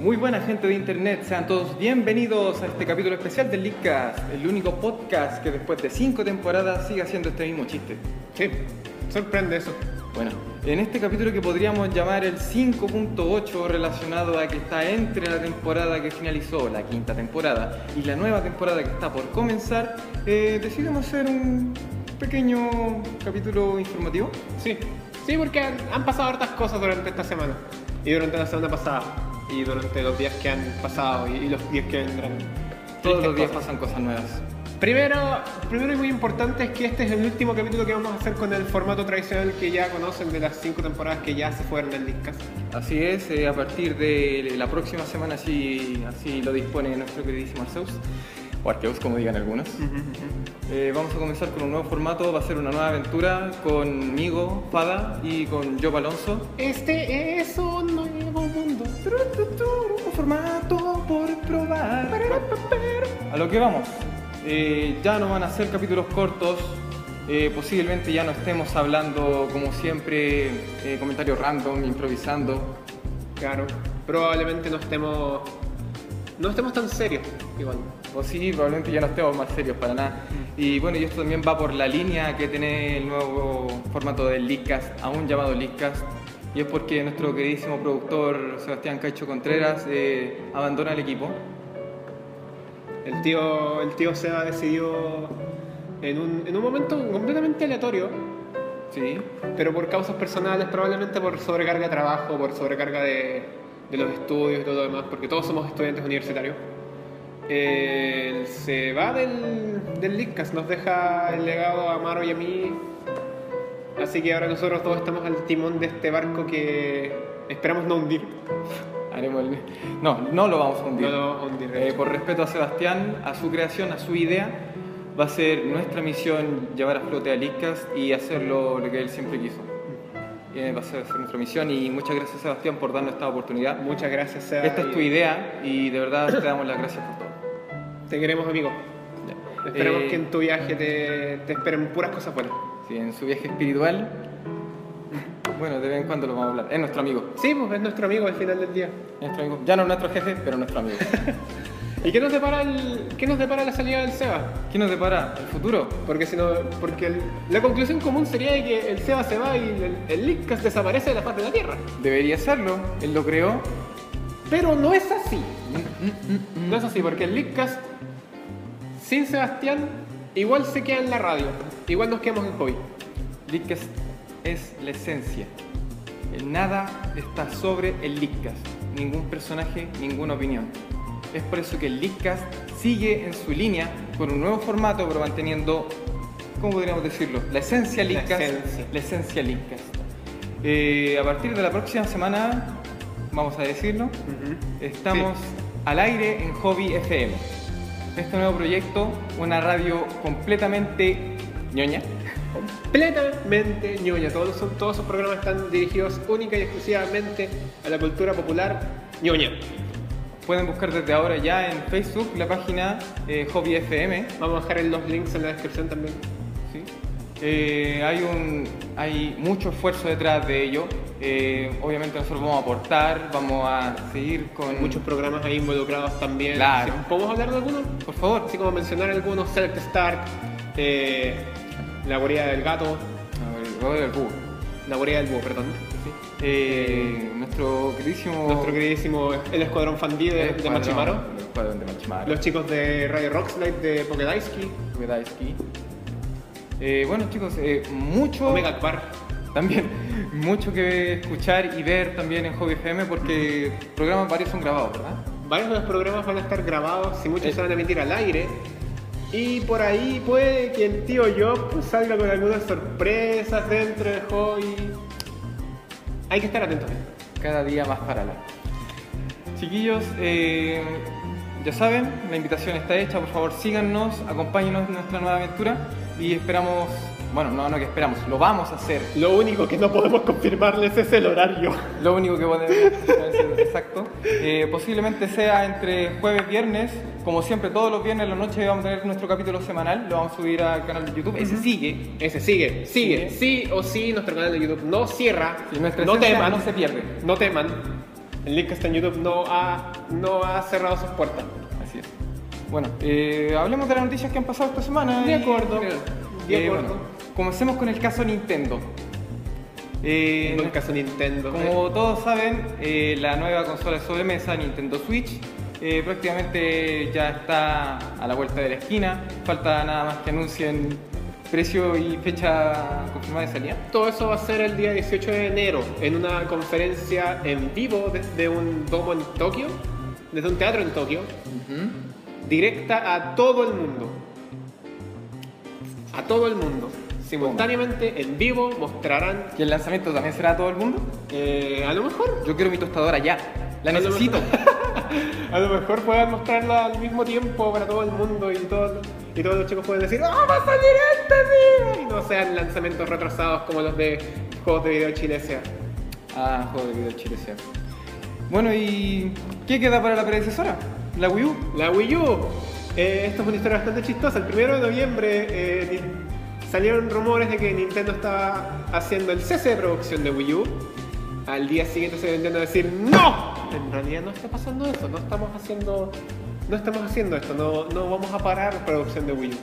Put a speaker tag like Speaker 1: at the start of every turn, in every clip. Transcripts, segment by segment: Speaker 1: Muy buena gente de internet, sean todos bienvenidos a este capítulo especial del Leakcast, el único podcast que después de cinco temporadas sigue haciendo este mismo chiste.
Speaker 2: Sí, sorprende eso.
Speaker 1: Bueno, en este capítulo que podríamos llamar el 5.8 relacionado a que está entre la temporada que finalizó, la quinta temporada, y la nueva temporada que está por comenzar, eh, decidimos hacer un pequeño capítulo informativo.
Speaker 2: Sí, sí, porque han, han pasado hartas cosas durante esta semana y durante la semana pasada y durante los días que han pasado y, y los días que vendrán.
Speaker 1: Todos los
Speaker 2: Tristes
Speaker 1: días
Speaker 2: cosas.
Speaker 1: pasan cosas nuevas.
Speaker 2: Primero, primero y muy importante es que este es el último capítulo que vamos a hacer con el formato tradicional que ya conocen de las cinco temporadas que ya se fueron del Discast.
Speaker 1: Así es, eh, a partir de la próxima semana, si así lo dispone nuestro queridísimo Arceus, o Arceus como digan algunos, eh, vamos a comenzar con un nuevo formato, va a ser una nueva aventura conmigo, Fada, y con Job Alonso.
Speaker 2: Este es un nuevo mundo.
Speaker 1: Un formato por probar. A lo que vamos, eh, ya no van a ser capítulos cortos, eh, posiblemente ya no estemos hablando como siempre, eh, comentarios random, improvisando.
Speaker 2: Claro, probablemente no estemos, no estemos tan serios igual.
Speaker 1: O sí, probablemente ya no estemos más serios para nada. Y bueno, y esto también va por la línea que tiene el nuevo formato del Leadcast, aún llamado Leadcast. Y es porque nuestro queridísimo productor Sebastián Cacho Contreras eh, abandona el equipo.
Speaker 2: El tío, el tío Seba decidió en un, en un momento completamente aleatorio,
Speaker 1: Sí.
Speaker 2: pero por causas personales, probablemente por sobrecarga de trabajo, por sobrecarga de, de los estudios y todo lo demás, porque todos somos estudiantes universitarios. Él se va del, del Leadcast, nos deja el legado a Maro y a mí. Así que ahora nosotros todos estamos al timón de este barco que esperamos no hundir.
Speaker 1: Haremos el- No, no lo vamos a hundir.
Speaker 2: No lo vamos a hundir. de
Speaker 1: Eh,
Speaker 2: hecho.
Speaker 1: por respeto a Sebastián, a su creación, a su idea, va a ser nuestra misión llevar a flote a Leadcast y hacerlo lo que él siempre quiso. Eh, va a ser va a ser nuestra misión y muchas gracias Sebastián por darnos esta oportunidad.
Speaker 2: Muchas gracias, Seba.
Speaker 1: Esta es
Speaker 2: y
Speaker 1: tu idea y de verdad te damos las gracias por todo.
Speaker 2: Te queremos, amigo. Esperamos
Speaker 1: Eh,
Speaker 2: que en tu viaje te, te esperen puras cosas buenas.
Speaker 1: Sí, en su viaje espiritual, bueno, de vez en cuando lo vamos a hablar. Es nuestro amigo.
Speaker 2: Sí, pues es nuestro amigo al final del día.
Speaker 1: es nuestro amigo. Ya no nuestro jefe, pero nuestro amigo.
Speaker 2: ¿Y qué nos depara, el, qué nos depara la salida del Seba?
Speaker 1: ¿Qué nos depara? ¿El futuro?
Speaker 2: Porque, si no, porque el- la conclusión común sería de que el Seba se va y el, el Leadcast desaparece de la faz de la Tierra.
Speaker 1: Debería serlo. Él lo creó.
Speaker 2: Pero no es así. No es así, porque el Leadcast sin Sebastián igual se queda en la radio. Igual nos quedamos en hobby.
Speaker 1: Leadcast es la esencia. El nada está sobre el Leadcast. Ningún personaje, ninguna opinión. Es por eso que el Leadcast sigue en su línea con un nuevo formato, pero manteniendo, ¿cómo podríamos decirlo? La esencia
Speaker 2: La
Speaker 1: Leadcast.
Speaker 2: esencia.
Speaker 1: La esencia Leadcast. Eh, a partir de la próxima semana, vamos a decirlo, estamos al aire en Hobby FM. Este nuevo proyecto, una radio completamente ñoña.
Speaker 2: completamente ñoña. Todos, son, todos sus programas están dirigidos única y exclusivamente a la cultura popular ñoña.
Speaker 1: Pueden buscar desde ahora ya en Facebook la página eh, Hobby FM.
Speaker 2: Vamos a dejar en los links en la descripción también.
Speaker 1: ¿sí? Eh, hay, un, hay mucho esfuerzo detrás de ello. Eh, obviamente nosotros vamos a aportar, vamos a seguir con...
Speaker 2: Muchos programas ahí involucrados también.
Speaker 1: Mm. Claro.
Speaker 2: Sí, ¿Podemos hablar de algunos?
Speaker 1: Por favor,
Speaker 2: Así como mencionar algunos, Select Start, eh, La guarida del gato,
Speaker 1: a ver, voy a ver el cubo.
Speaker 2: La guarida del búho, perdón.
Speaker 1: Eh, nuestro queridísimo...
Speaker 2: Nuestro queridísimo El Escuadrón Fandí de, de
Speaker 1: Oh. Escuadrón-
Speaker 2: Machimaro.
Speaker 1: el escuadrón de Machimaro.
Speaker 2: Los chicos de Radio Rockslide de Pokedaisky.
Speaker 1: Gdański. Eh, bueno chicos, eh, mucho...
Speaker 2: Omega Akbar.
Speaker 1: También mucho que escuchar y ver también en Hobby FM porque programas varios son grabados, ¿verdad?
Speaker 2: Varios de los programas van a estar grabados y muchos
Speaker 1: Eh.
Speaker 2: se van a emitir al aire. Y por ahí puede que el tío Job pues, salga con algunas sorpresas dentro de hobby. Hay que estar atentos.
Speaker 1: Cada día más para la. Chiquillos, eh, ya saben, la invitación está hecha, por favor síganos, acompáñenos en nuestra nueva aventura y esperamos, bueno, no, no que esperamos, lo vamos a hacer.
Speaker 2: Lo único que no podemos confirmarles es el horario.
Speaker 1: Lo único que podemos hacer, exacto. Eh, posiblemente sea entre jueves, viernes, como siempre todos los viernes, la noche vamos a tener nuestro capítulo semanal, lo vamos a subir al canal de YouTube, ese sigue.
Speaker 2: Ese sigue, sigue. Sí o sí, nuestro canal de YouTube no cierra.
Speaker 1: Y nuestra
Speaker 2: no
Speaker 1: esencia
Speaker 2: teman.
Speaker 1: no se pierde.
Speaker 2: No teman. El Leadcast en YouTube no ha, no ha cerrado sus puertas.
Speaker 1: Así es. Bueno, eh, hablemos de las noticias que han pasado esta semana.
Speaker 2: De
Speaker 1: y-
Speaker 2: acuerdo. De
Speaker 1: Eh,
Speaker 2: acuerdo.
Speaker 1: bueno, comencemos con el caso Nintendo. Eh,
Speaker 2: En el caso Nintendo.
Speaker 1: Como todos saben, eh, la nueva consola de sobremesa, Nintendo Switch, eh, prácticamente ya está a la vuelta de la esquina. Falta nada más que anuncien precio y fecha confirmada de salida.
Speaker 2: Todo eso va a ser el día 18 de enero en una conferencia en vivo desde un domo en Tokio, desde un teatro en Tokio, directa a todo el mundo. A todo el mundo. Simultáneamente en vivo mostrarán.
Speaker 1: ¿Y el lanzamiento también será a todo el mundo?
Speaker 2: eh, a lo mejor.
Speaker 1: Yo quiero mi tostadora ya. La
Speaker 2: A lo
Speaker 1: necesito.
Speaker 2: A lo mejor puedan mostrarla al mismo tiempo para todo el mundo y, todo, y todos los chicos pueden decir ¡Ah, va a salir este día! Y no sean lanzamientos retrasados como los de juegos de video chilesia.
Speaker 1: Ah, juego de video chile, cierto. Bueno, ¿y qué queda para la predecesora? La Wii U.
Speaker 2: La Wii U. Eh, esto es una historia bastante chistosa. El 1 de noviembre eh, ni- salieron rumores de que Nintendo estaba haciendo el cese de producción de Wii U. Al día siguiente se vendieron a decir ¡No! En realidad no está pasando eso, no estamos haciendo, no estamos haciendo esto, no, no vamos a parar producción de Wii U.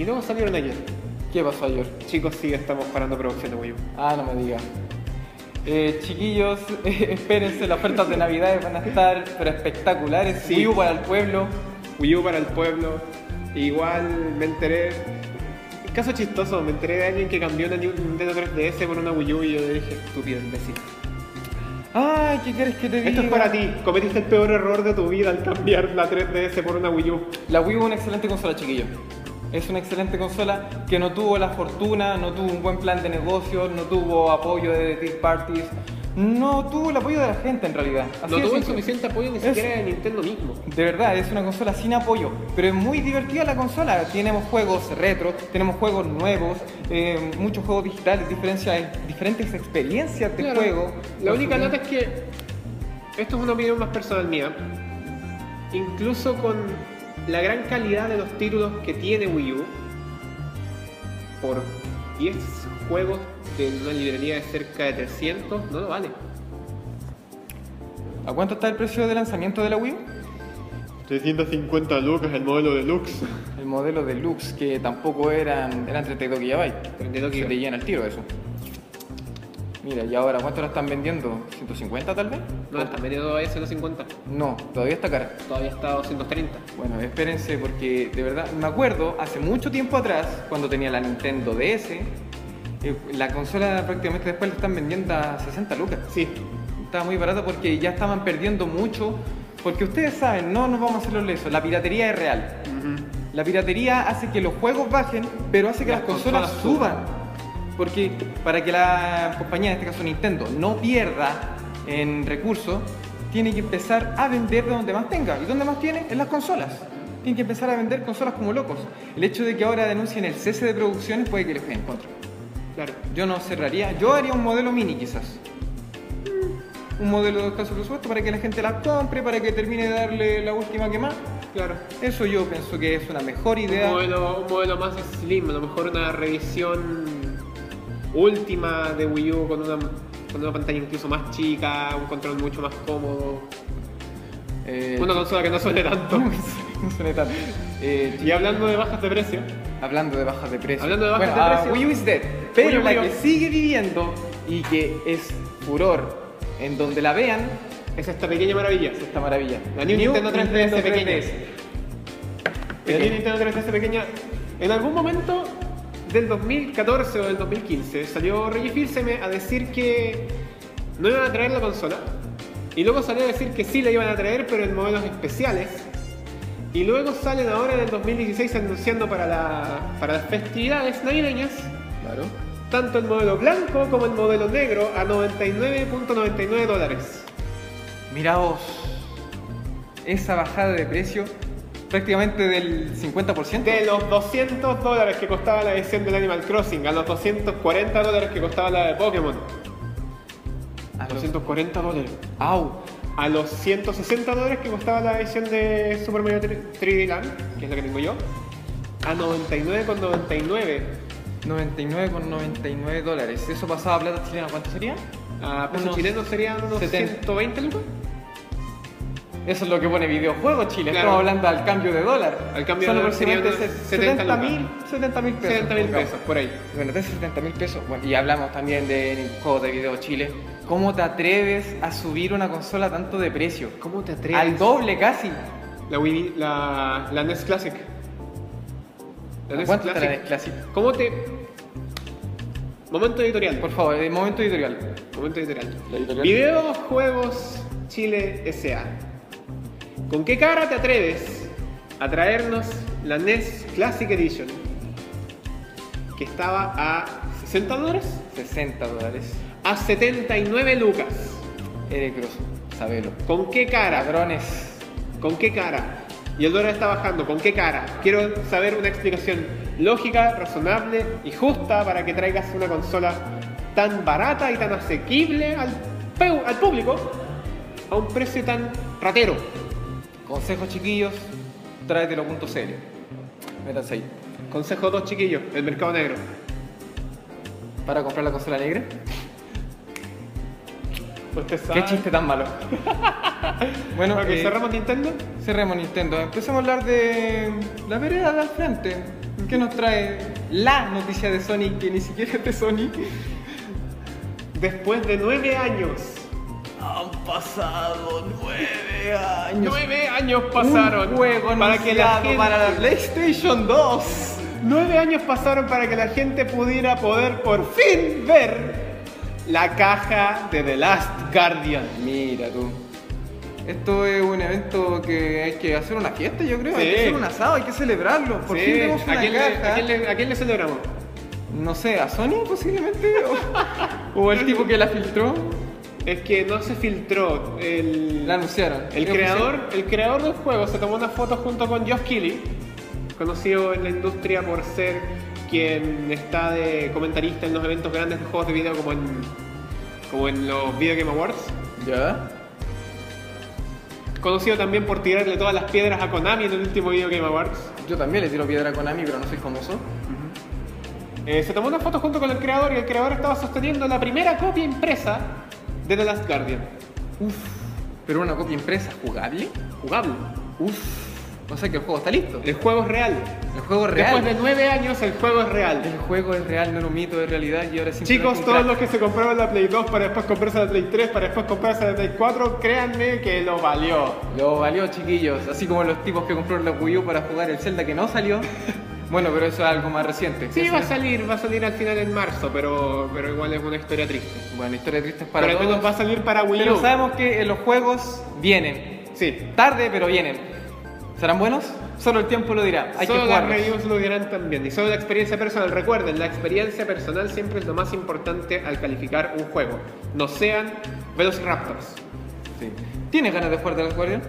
Speaker 2: Y luego salieron ayer.
Speaker 1: ¿Qué pasó ayer?
Speaker 2: Chicos, sí, estamos parando producción de Wii U.
Speaker 1: Ah, no me digas. Eh, chiquillos, espérense, las ofertas de Navidad van a estar pero espectaculares.
Speaker 2: Sí.
Speaker 1: Wii U para el pueblo.
Speaker 2: Wii U para el pueblo. Igual me enteré. Caso chistoso, me enteré de alguien que cambió una Nintendo 3DS por una Wii U y yo le dije, estúpido imbécil.
Speaker 1: Ay, ¿qué quieres que te diga?
Speaker 2: Esto es para ti, cometiste el peor error de tu vida al cambiar la 3DS por una Wii U.
Speaker 1: La Wii U es una excelente consola, chiquillos. Es una excelente consola que no tuvo la fortuna, no tuvo un buen plan de negocios, no tuvo apoyo de third parties, no tuvo el apoyo de la gente en realidad. Así de simple.
Speaker 2: apoyo ni
Speaker 1: Es- siquiera
Speaker 2: de Nintendo mismo.
Speaker 1: De verdad, es una consola sin apoyo, pero es muy divertida la consola. Tenemos juegos retro, tenemos juegos nuevos, eh, muchos juegos digitales, diferencia- diferentes experiencias de juego.
Speaker 2: este La única nota es que, esto es una opinión más personal mía, incluso con la gran calidad de los títulos que tiene Wii U, por 10 juegos de una librería de cerca de 300, no lo vale.
Speaker 1: ¿A cuánto está el precio de lanzamiento de la Wii? U?
Speaker 2: 350 lucas el modelo deluxe.
Speaker 1: El modelo deluxe, que tampoco eran, eran 32 GB.
Speaker 2: 32
Speaker 1: Se
Speaker 2: gigas.
Speaker 1: te llena el tiro eso. Mira, y ahora, ¿cuánto la están vendiendo? ¿150 tal vez?
Speaker 2: No, está medio todavía 150.
Speaker 1: No, todavía está cara.
Speaker 2: Todavía está a 230.
Speaker 1: Bueno, espérense porque de verdad me acuerdo hace mucho tiempo atrás cuando tenía la Nintendo DS, eh, la consola prácticamente después la están vendiendo a 60 lucas.
Speaker 2: Sí,
Speaker 1: Estaba muy barata porque ya estaban perdiendo mucho. Porque ustedes saben, no nos vamos a hacer los lesos, la piratería es real. La piratería hace que los juegos bajen, pero hace que las,
Speaker 2: Las
Speaker 1: consolas,
Speaker 2: consolas
Speaker 1: suban. Porque para que la compañía, en este caso Nintendo, no pierda en recursos, tiene que empezar a vender de donde más tenga. ¿Y dónde más tiene? En las consolas. Tiene que empezar a vender consolas como locos. El hecho de que ahora denuncien el cese de producciones puede que les jueguen en contra.
Speaker 2: claro.
Speaker 1: Yo no cerraría, yo haría un modelo mini quizás. Un modelo de escaso presupuesto para que la gente la compre, para que termine de darle la última que más.
Speaker 2: Claro.
Speaker 1: Eso yo pienso que es una mejor idea.
Speaker 2: Un modelo, un modelo más slim, a lo mejor una revisión última de Wii U con una, con una pantalla incluso más chica, un control mucho más cómodo.
Speaker 1: Eh,
Speaker 2: Una consola que no suene tanto.
Speaker 1: no me suene- no suene tanto. Eh,
Speaker 2: Y hablando de bajas de precio,
Speaker 1: hablando de bajas de precio.
Speaker 2: Hablando de bajas
Speaker 1: Bueno,
Speaker 2: de
Speaker 1: ah,
Speaker 2: precio.
Speaker 1: Wii U is dead. Pero
Speaker 2: Wii U,
Speaker 1: la
Speaker 2: Wii U.
Speaker 1: que sigue viviendo y que es furor en donde la vean
Speaker 2: es esta pequeña maravilla.
Speaker 1: es esta maravilla.
Speaker 2: La New Nintendo 3DS
Speaker 1: Nintendo
Speaker 2: pequeña.
Speaker 1: 3DS.
Speaker 2: La New Nintendo 3DS pequeña. En algún momento del 2014 o del 2015 salió Reggie Fils-Aime a decir que no iban a traer la consola. Y luego salió a decir que sí la iban a traer, pero en modelos especiales. Y luego salen ahora en el 2016 anunciando para, la- para las festividades navideñas
Speaker 1: Claro.
Speaker 2: tanto el modelo blanco como el modelo negro a 99.99 dólares.
Speaker 1: Miraos esa bajada de precio prácticamente del 50%.
Speaker 2: De los 200 dólares que costaba la edición del Animal Crossing a los 240 dólares que costaba la de Pokémon.
Speaker 1: A los-
Speaker 2: 240 dólares.
Speaker 1: Ah, Au.
Speaker 2: A los 160 dólares que costaba la edición de Super Mario 3- 3D Land, que es la que tengo yo. A 99,99.
Speaker 1: 99,99 dólares. Eso pasaba a plata chilena, ¿cuánto sería?
Speaker 2: A peso
Speaker 1: Unos
Speaker 2: chileno serían unos
Speaker 1: 70.
Speaker 2: 120 lucas.
Speaker 1: Eso es lo que pone videojuego Chile.
Speaker 2: Claro.
Speaker 1: Estamos hablando al cambio de dólar.
Speaker 2: Al cambio
Speaker 1: Son
Speaker 2: de dólar sería
Speaker 1: aproximadamente
Speaker 2: unos 70
Speaker 1: 70
Speaker 2: lucas.
Speaker 1: mil 70 mil pesos.
Speaker 2: 70 mil
Speaker 1: pongamos.
Speaker 2: pesos, por ahí.
Speaker 1: Bueno, de 70 mil pesos. Bueno, y hablamos también de juegos de video Chile. ¿Cómo te atreves a subir una consola tanto de precio?
Speaker 2: ¿Cómo te
Speaker 1: Al
Speaker 2: atreves?
Speaker 1: doble casi.
Speaker 2: La, Wii, la, la NES Classic. La NES
Speaker 1: ¿Cuánto te la
Speaker 2: Classic.
Speaker 1: des, Classic?
Speaker 2: ¿Cómo te...? Momento editorial.
Speaker 1: Por favor, de momento editorial.
Speaker 2: Momento editorial.
Speaker 1: La editorial.
Speaker 2: Videojuegos Chile S.A. ¿Con qué cara te atreves a traernos la NES Classic Edition? Que estaba a 60 dólares
Speaker 1: 60 dólares.
Speaker 2: a 79 lucas.
Speaker 1: Eres grosso, sabelo.
Speaker 2: ¿Con qué cara?
Speaker 1: Ladrones.
Speaker 2: ¿Con qué cara? Y el dólar está bajando. ¿Con qué cara? Quiero saber una explicación lógica, razonable y justa para que traigas una consola tan barata y tan asequible al, peu- al público a un precio tan ratero.
Speaker 1: Consejos chiquillos, tráetelo a punto serio. Métanse ahí.
Speaker 2: Consejo dos chiquillos, el mercado negro.
Speaker 1: ¿Para comprar la consola negra?
Speaker 2: Usted sabe.
Speaker 1: Qué chiste tan malo. bueno,
Speaker 2: Ok,
Speaker 1: eh,
Speaker 2: cerramos Nintendo.
Speaker 1: cerremos Nintendo. Empecemos a hablar de la vereda de al frente. ¿Qué nos trae la noticia de Sony que ni siquiera es de Sony?
Speaker 2: Después de nueve años.
Speaker 1: Han pasado nueve años.
Speaker 2: Nueve años
Speaker 1: Pasaron.
Speaker 2: pasaron
Speaker 1: Un juego
Speaker 2: para que la gente-
Speaker 1: para la PlayStation 2.
Speaker 2: Nueve años pasaron para que la gente pudiera poder por fin ver la caja de The Last Guardian.
Speaker 1: Mira tú. Esto es un evento que hay que hacer una fiesta, yo creo. Hay que
Speaker 2: Sí.
Speaker 1: hacer un asado, hay que celebrarlo. Por
Speaker 2: Sí,
Speaker 1: fin tenemos una
Speaker 2: ¿a, quién le,
Speaker 1: caja.
Speaker 2: a quién le- a quién le celebramos?
Speaker 1: No sé, ¿a Sony posiblemente? ¿O, o el tipo que la filtró?
Speaker 2: Es que no se filtró. El,
Speaker 1: La anunciaron. Creo
Speaker 2: el,
Speaker 1: que sí.
Speaker 2: creador, el creador del juego se tomó una foto junto con Josh Keighley, conocido en la industria por ser quien está de comentarista en los eventos grandes de juegos de video como en, como en los Video Game Awards.
Speaker 1: ¿Ya?
Speaker 2: Conocido también por tirarle todas las piedras a Konami en el último Video Game Awards.
Speaker 1: Yo también le tiro piedra a Konami, pero no soy famoso.
Speaker 2: Eh, se tomó una foto junto con el creador y el creador estaba sosteniendo la primera copia impresa de The Last Guardian.
Speaker 1: Uf. Pero una copia impresa jugable.
Speaker 2: Jugable.
Speaker 1: Uf. O sea que el juego está listo.
Speaker 2: El juego es real.
Speaker 1: El juego es real.
Speaker 2: Después de nueve años, el juego es real.
Speaker 1: El juego es real, no era un mito, es realidad y ahora sí.
Speaker 2: Chicos, todos los que se compraron la Play 2 para después comprarse la Play 3, para después comprarse la Play 4, créanme que lo valió.
Speaker 1: Lo valió, chiquillos. Así como los tipos que compraron la Wii U para jugar el Zelda que no salió. bueno, pero eso es algo más reciente.
Speaker 2: Sí,
Speaker 1: Eso
Speaker 2: va a
Speaker 1: es-
Speaker 2: salir, va a salir al final en marzo, pero, pero igual es una historia triste.
Speaker 1: Bueno, historia triste es para
Speaker 2: Pero al menos
Speaker 1: todos.
Speaker 2: va a salir para Wii
Speaker 1: Pero
Speaker 2: U.
Speaker 1: sabemos que eh, los juegos vienen.
Speaker 2: Sí.
Speaker 1: Tarde, pero vienen. ¿Serán buenos? Solo el tiempo lo dirá. Hay
Speaker 2: solo
Speaker 1: que
Speaker 2: las
Speaker 1: jugarlos.
Speaker 2: reviews lo dirán también. Y solo la experiencia personal. Recuerden, la experiencia personal siempre es lo más importante al calificar un juego. No sean Velociraptors.
Speaker 1: Sí. ¿Tienes ganas de jugar de las Guardian?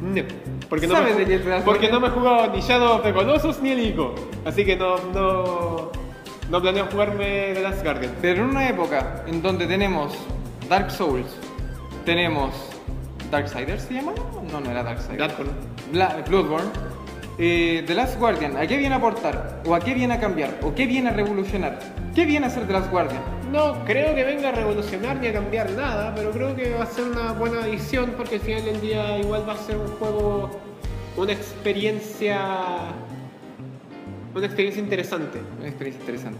Speaker 2: No, porque no,
Speaker 1: ¿Sabes
Speaker 2: me,
Speaker 1: de qué trata?
Speaker 2: porque no me he jugado ni Shadow of the Colossus ni el Ico. Así que no, no, no planeo jugarme The Last Guardian.
Speaker 1: Pero en una época en donde tenemos Dark Souls, tenemos Darksiders, ¿se llama? No, no era Darksiders.
Speaker 2: Bloodborne.
Speaker 1: Bla- Bloodborne. Eh, The Last Guardian, ¿a qué viene a aportar? ¿O a qué viene a cambiar? ¿O qué viene a revolucionar? ¿Qué viene a hacer The Last Guardian?
Speaker 2: No creo que venga a revolucionar ni a cambiar nada, pero creo que va a ser una buena edición porque al final del día igual va a ser un juego, una experiencia, una experiencia interesante.
Speaker 1: Una experiencia interesante.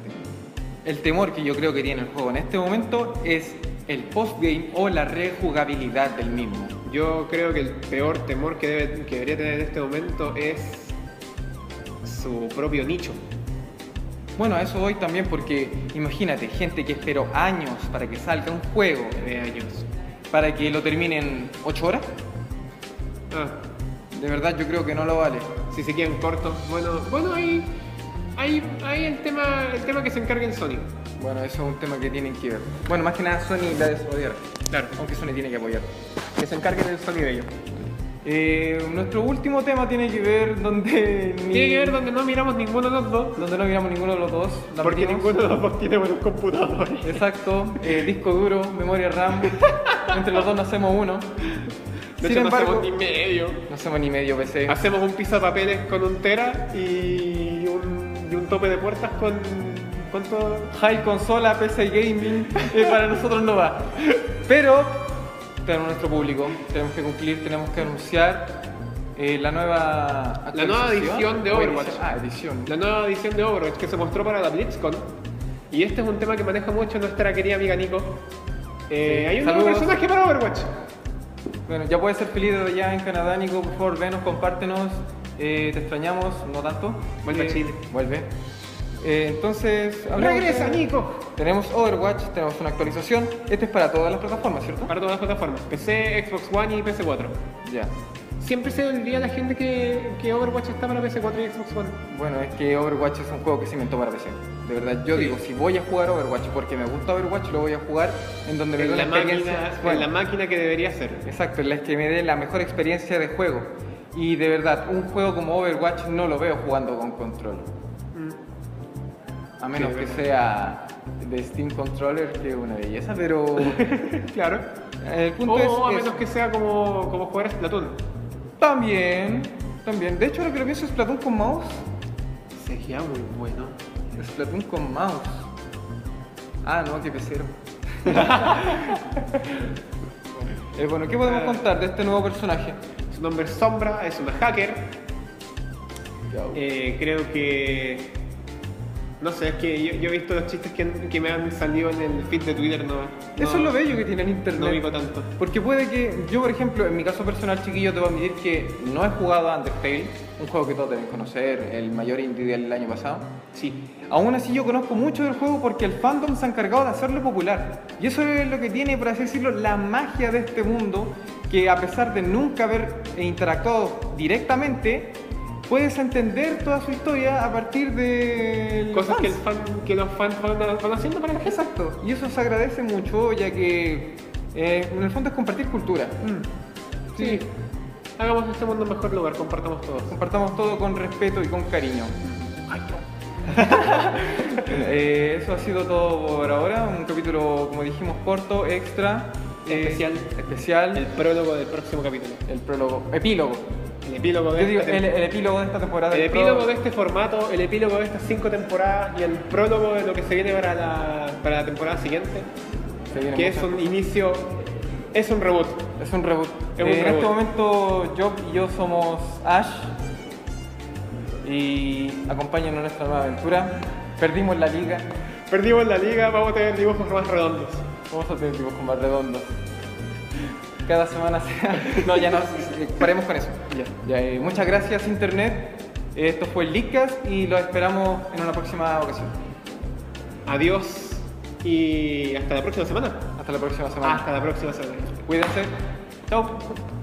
Speaker 1: El temor que yo creo que tiene el juego en este momento es el postgame o la rejugabilidad del mismo.
Speaker 2: Yo creo que el peor temor que, debe- que debería tener en este momento es su propio nicho.
Speaker 1: Bueno, a eso voy también porque imagínate, gente que esperó años para que salga un juego,
Speaker 2: Nueve años.
Speaker 1: para que lo termine en 8 horas,
Speaker 2: Ah,
Speaker 1: de verdad yo creo que no lo vale.
Speaker 2: si se quedan cortos. Bueno, bueno ahí, ahí, ahí el tema, el tema que se encargue en Sony.
Speaker 1: Bueno, eso es un tema que tienen que ver. Bueno, más que nada Sony la desodiar,
Speaker 2: Claro.
Speaker 1: aunque Sony tiene que apoyar.
Speaker 2: Que se encargue del Sony de ellos.
Speaker 1: Eh, nuestro último tema tiene que ver donde... ni-
Speaker 2: Tiene que ver donde no miramos ninguno de los dos.
Speaker 1: donde no miramos ninguno de los dos. la
Speaker 2: Porque
Speaker 1: metimos.
Speaker 2: ninguno de los dos tiene buenos computadores.
Speaker 1: Exacto, eh, disco duro, memoria RAM. Entre los dos no hacemos uno.
Speaker 2: De
Speaker 1: Sin
Speaker 2: hecho, no
Speaker 1: embargo,
Speaker 2: hacemos ni medio.
Speaker 1: no hacemos ni medio PC.
Speaker 2: Hacemos un pisapapeles con un tera y un, y un tope de puertas con
Speaker 1: ¿Cuánto? High consola, PC gaming, eh, para nosotros no va. Pero tenemos nuestro público, tenemos que cumplir, tenemos que anunciar eh, la nueva
Speaker 2: La nueva
Speaker 1: actualización.
Speaker 2: edición de
Speaker 1: O
Speaker 2: Overwatch.
Speaker 1: Ah, edición.
Speaker 2: La nueva edición de Overwatch que se mostró para la BlitzCon. Y este es un tema que maneja mucho nuestra querida amiga Nico. Eh,
Speaker 1: Sí.
Speaker 2: Hay un nuevo
Speaker 1: Saludos.
Speaker 2: personaje para Overwatch.
Speaker 1: Bueno, ya puedes ser feliz desde ya en Canadá, Nico. Por favor, venos, compártenos. Eh, te extrañamos, no tanto.
Speaker 2: Vuelve a
Speaker 1: Eh,
Speaker 2: Chile.
Speaker 1: Vuelve. Eh, entonces, hablemos
Speaker 2: Regresa,
Speaker 1: de-
Speaker 2: Nico.
Speaker 1: Tenemos Overwatch, tenemos una actualización. Este es para todas las plataformas, ¿cierto?
Speaker 2: Para todas las plataformas. PC, Xbox One y PS4.
Speaker 1: Ya.
Speaker 2: Siempre se olvida la gente que, que Overwatch está para PS4 y Xbox One.
Speaker 1: Bueno, es que Overwatch es un juego que se inventó para PC. De verdad, yo
Speaker 2: Sí.
Speaker 1: digo, si voy a jugar Overwatch porque me gusta Overwatch, lo voy a jugar en donde me dé
Speaker 2: En
Speaker 1: una
Speaker 2: la,
Speaker 1: experiencia.
Speaker 2: máquina, en
Speaker 1: Bueno,
Speaker 2: la máquina que debería ser.
Speaker 1: Exacto, en la que me dé la mejor experiencia de juego. Y de verdad, un juego como Overwatch no lo veo jugando con control. A menos
Speaker 2: Mm. Sí,
Speaker 1: que
Speaker 2: verdad.
Speaker 1: sea de Steam Controller, que es una belleza, pero
Speaker 2: Claro.
Speaker 1: el punto
Speaker 2: O
Speaker 1: es,
Speaker 2: Oh, a
Speaker 1: es-
Speaker 2: menos que sea como, como jugar a Splatoon.
Speaker 1: También, también. De hecho, lo que lo pienso es Platón con mouse.
Speaker 2: Sería muy bueno.
Speaker 1: Splatoon con mouse. Ah, no, que pesero. Eh, bueno, ¿qué podemos contar de este nuevo personaje?
Speaker 2: Su nombre es Sombra, es una hacker. Eh, creo que. No sé, es que yo, yo he visto los chistes que, que me han salido en el feed de Twitter. No,
Speaker 1: Eso es
Speaker 2: no-
Speaker 1: lo bello que tiene el internet.
Speaker 2: No vivo tanto.
Speaker 1: Porque puede que, yo por ejemplo, en mi caso personal, chiquillo, debo admitir que no he jugado a Undertale, un juego que todos deben conocer, el mayor indie del año pasado.
Speaker 2: Sí.
Speaker 1: Aún así yo conozco mucho del juego porque el fandom se ha encargado de hacerlo popular. Y eso es lo que tiene, por así decirlo, la magia de este mundo, que a pesar de nunca haber interactuado directamente, puedes entender toda su historia a partir de...
Speaker 2: Cosas que, el fan- que los fans van, van haciendo para la gente.
Speaker 1: Exacto, y eso se agradece mucho ya que eh, en el fondo es compartir cultura. Mm.
Speaker 2: Sí. Hagamos este mundo un mejor lugar, compartamos todos.
Speaker 1: Compartamos todo con respeto y con cariño. Eh, eso ha sido todo por ahora. Un capítulo, como dijimos, corto, extra. eh,
Speaker 2: Especial.
Speaker 1: especial.
Speaker 2: El
Speaker 1: El,
Speaker 2: prólogo del próximo capítulo.
Speaker 1: prólogo. Epílogo.
Speaker 2: El epílogo de
Speaker 1: Yo digo,
Speaker 2: esta
Speaker 1: el,
Speaker 2: temporada.
Speaker 1: el epílogo de esta temporada.
Speaker 2: El
Speaker 1: del
Speaker 2: epílogo
Speaker 1: pro-
Speaker 2: de este formato, el epílogo de estas cinco temporadas y el prólogo de lo que se viene para la, para la temporada siguiente,
Speaker 1: Se viene
Speaker 2: que
Speaker 1: mucho.
Speaker 2: es un inicio, es un reboot.
Speaker 1: Es un reboot.
Speaker 2: Es un
Speaker 1: Eh, en
Speaker 2: reboot.
Speaker 1: este momento, Job y yo somos Ash. Y acompáñanos en nuestra nueva aventura. Perdimos la liga.
Speaker 2: Perdimos la liga, vamos a tener dibujos más redondos.
Speaker 1: Vamos a tener dibujos más redondos. Cada semana se- No, ya no. eh, Paremos con eso.
Speaker 2: Ya.
Speaker 1: Ya, eh, muchas gracias, Internet. Esto fue el Leadcast y lo esperamos en una próxima ocasión.
Speaker 2: Adiós y hasta la próxima semana.
Speaker 1: Hasta la próxima semana.
Speaker 2: Hasta la próxima semana.
Speaker 1: Cuídense. Chao.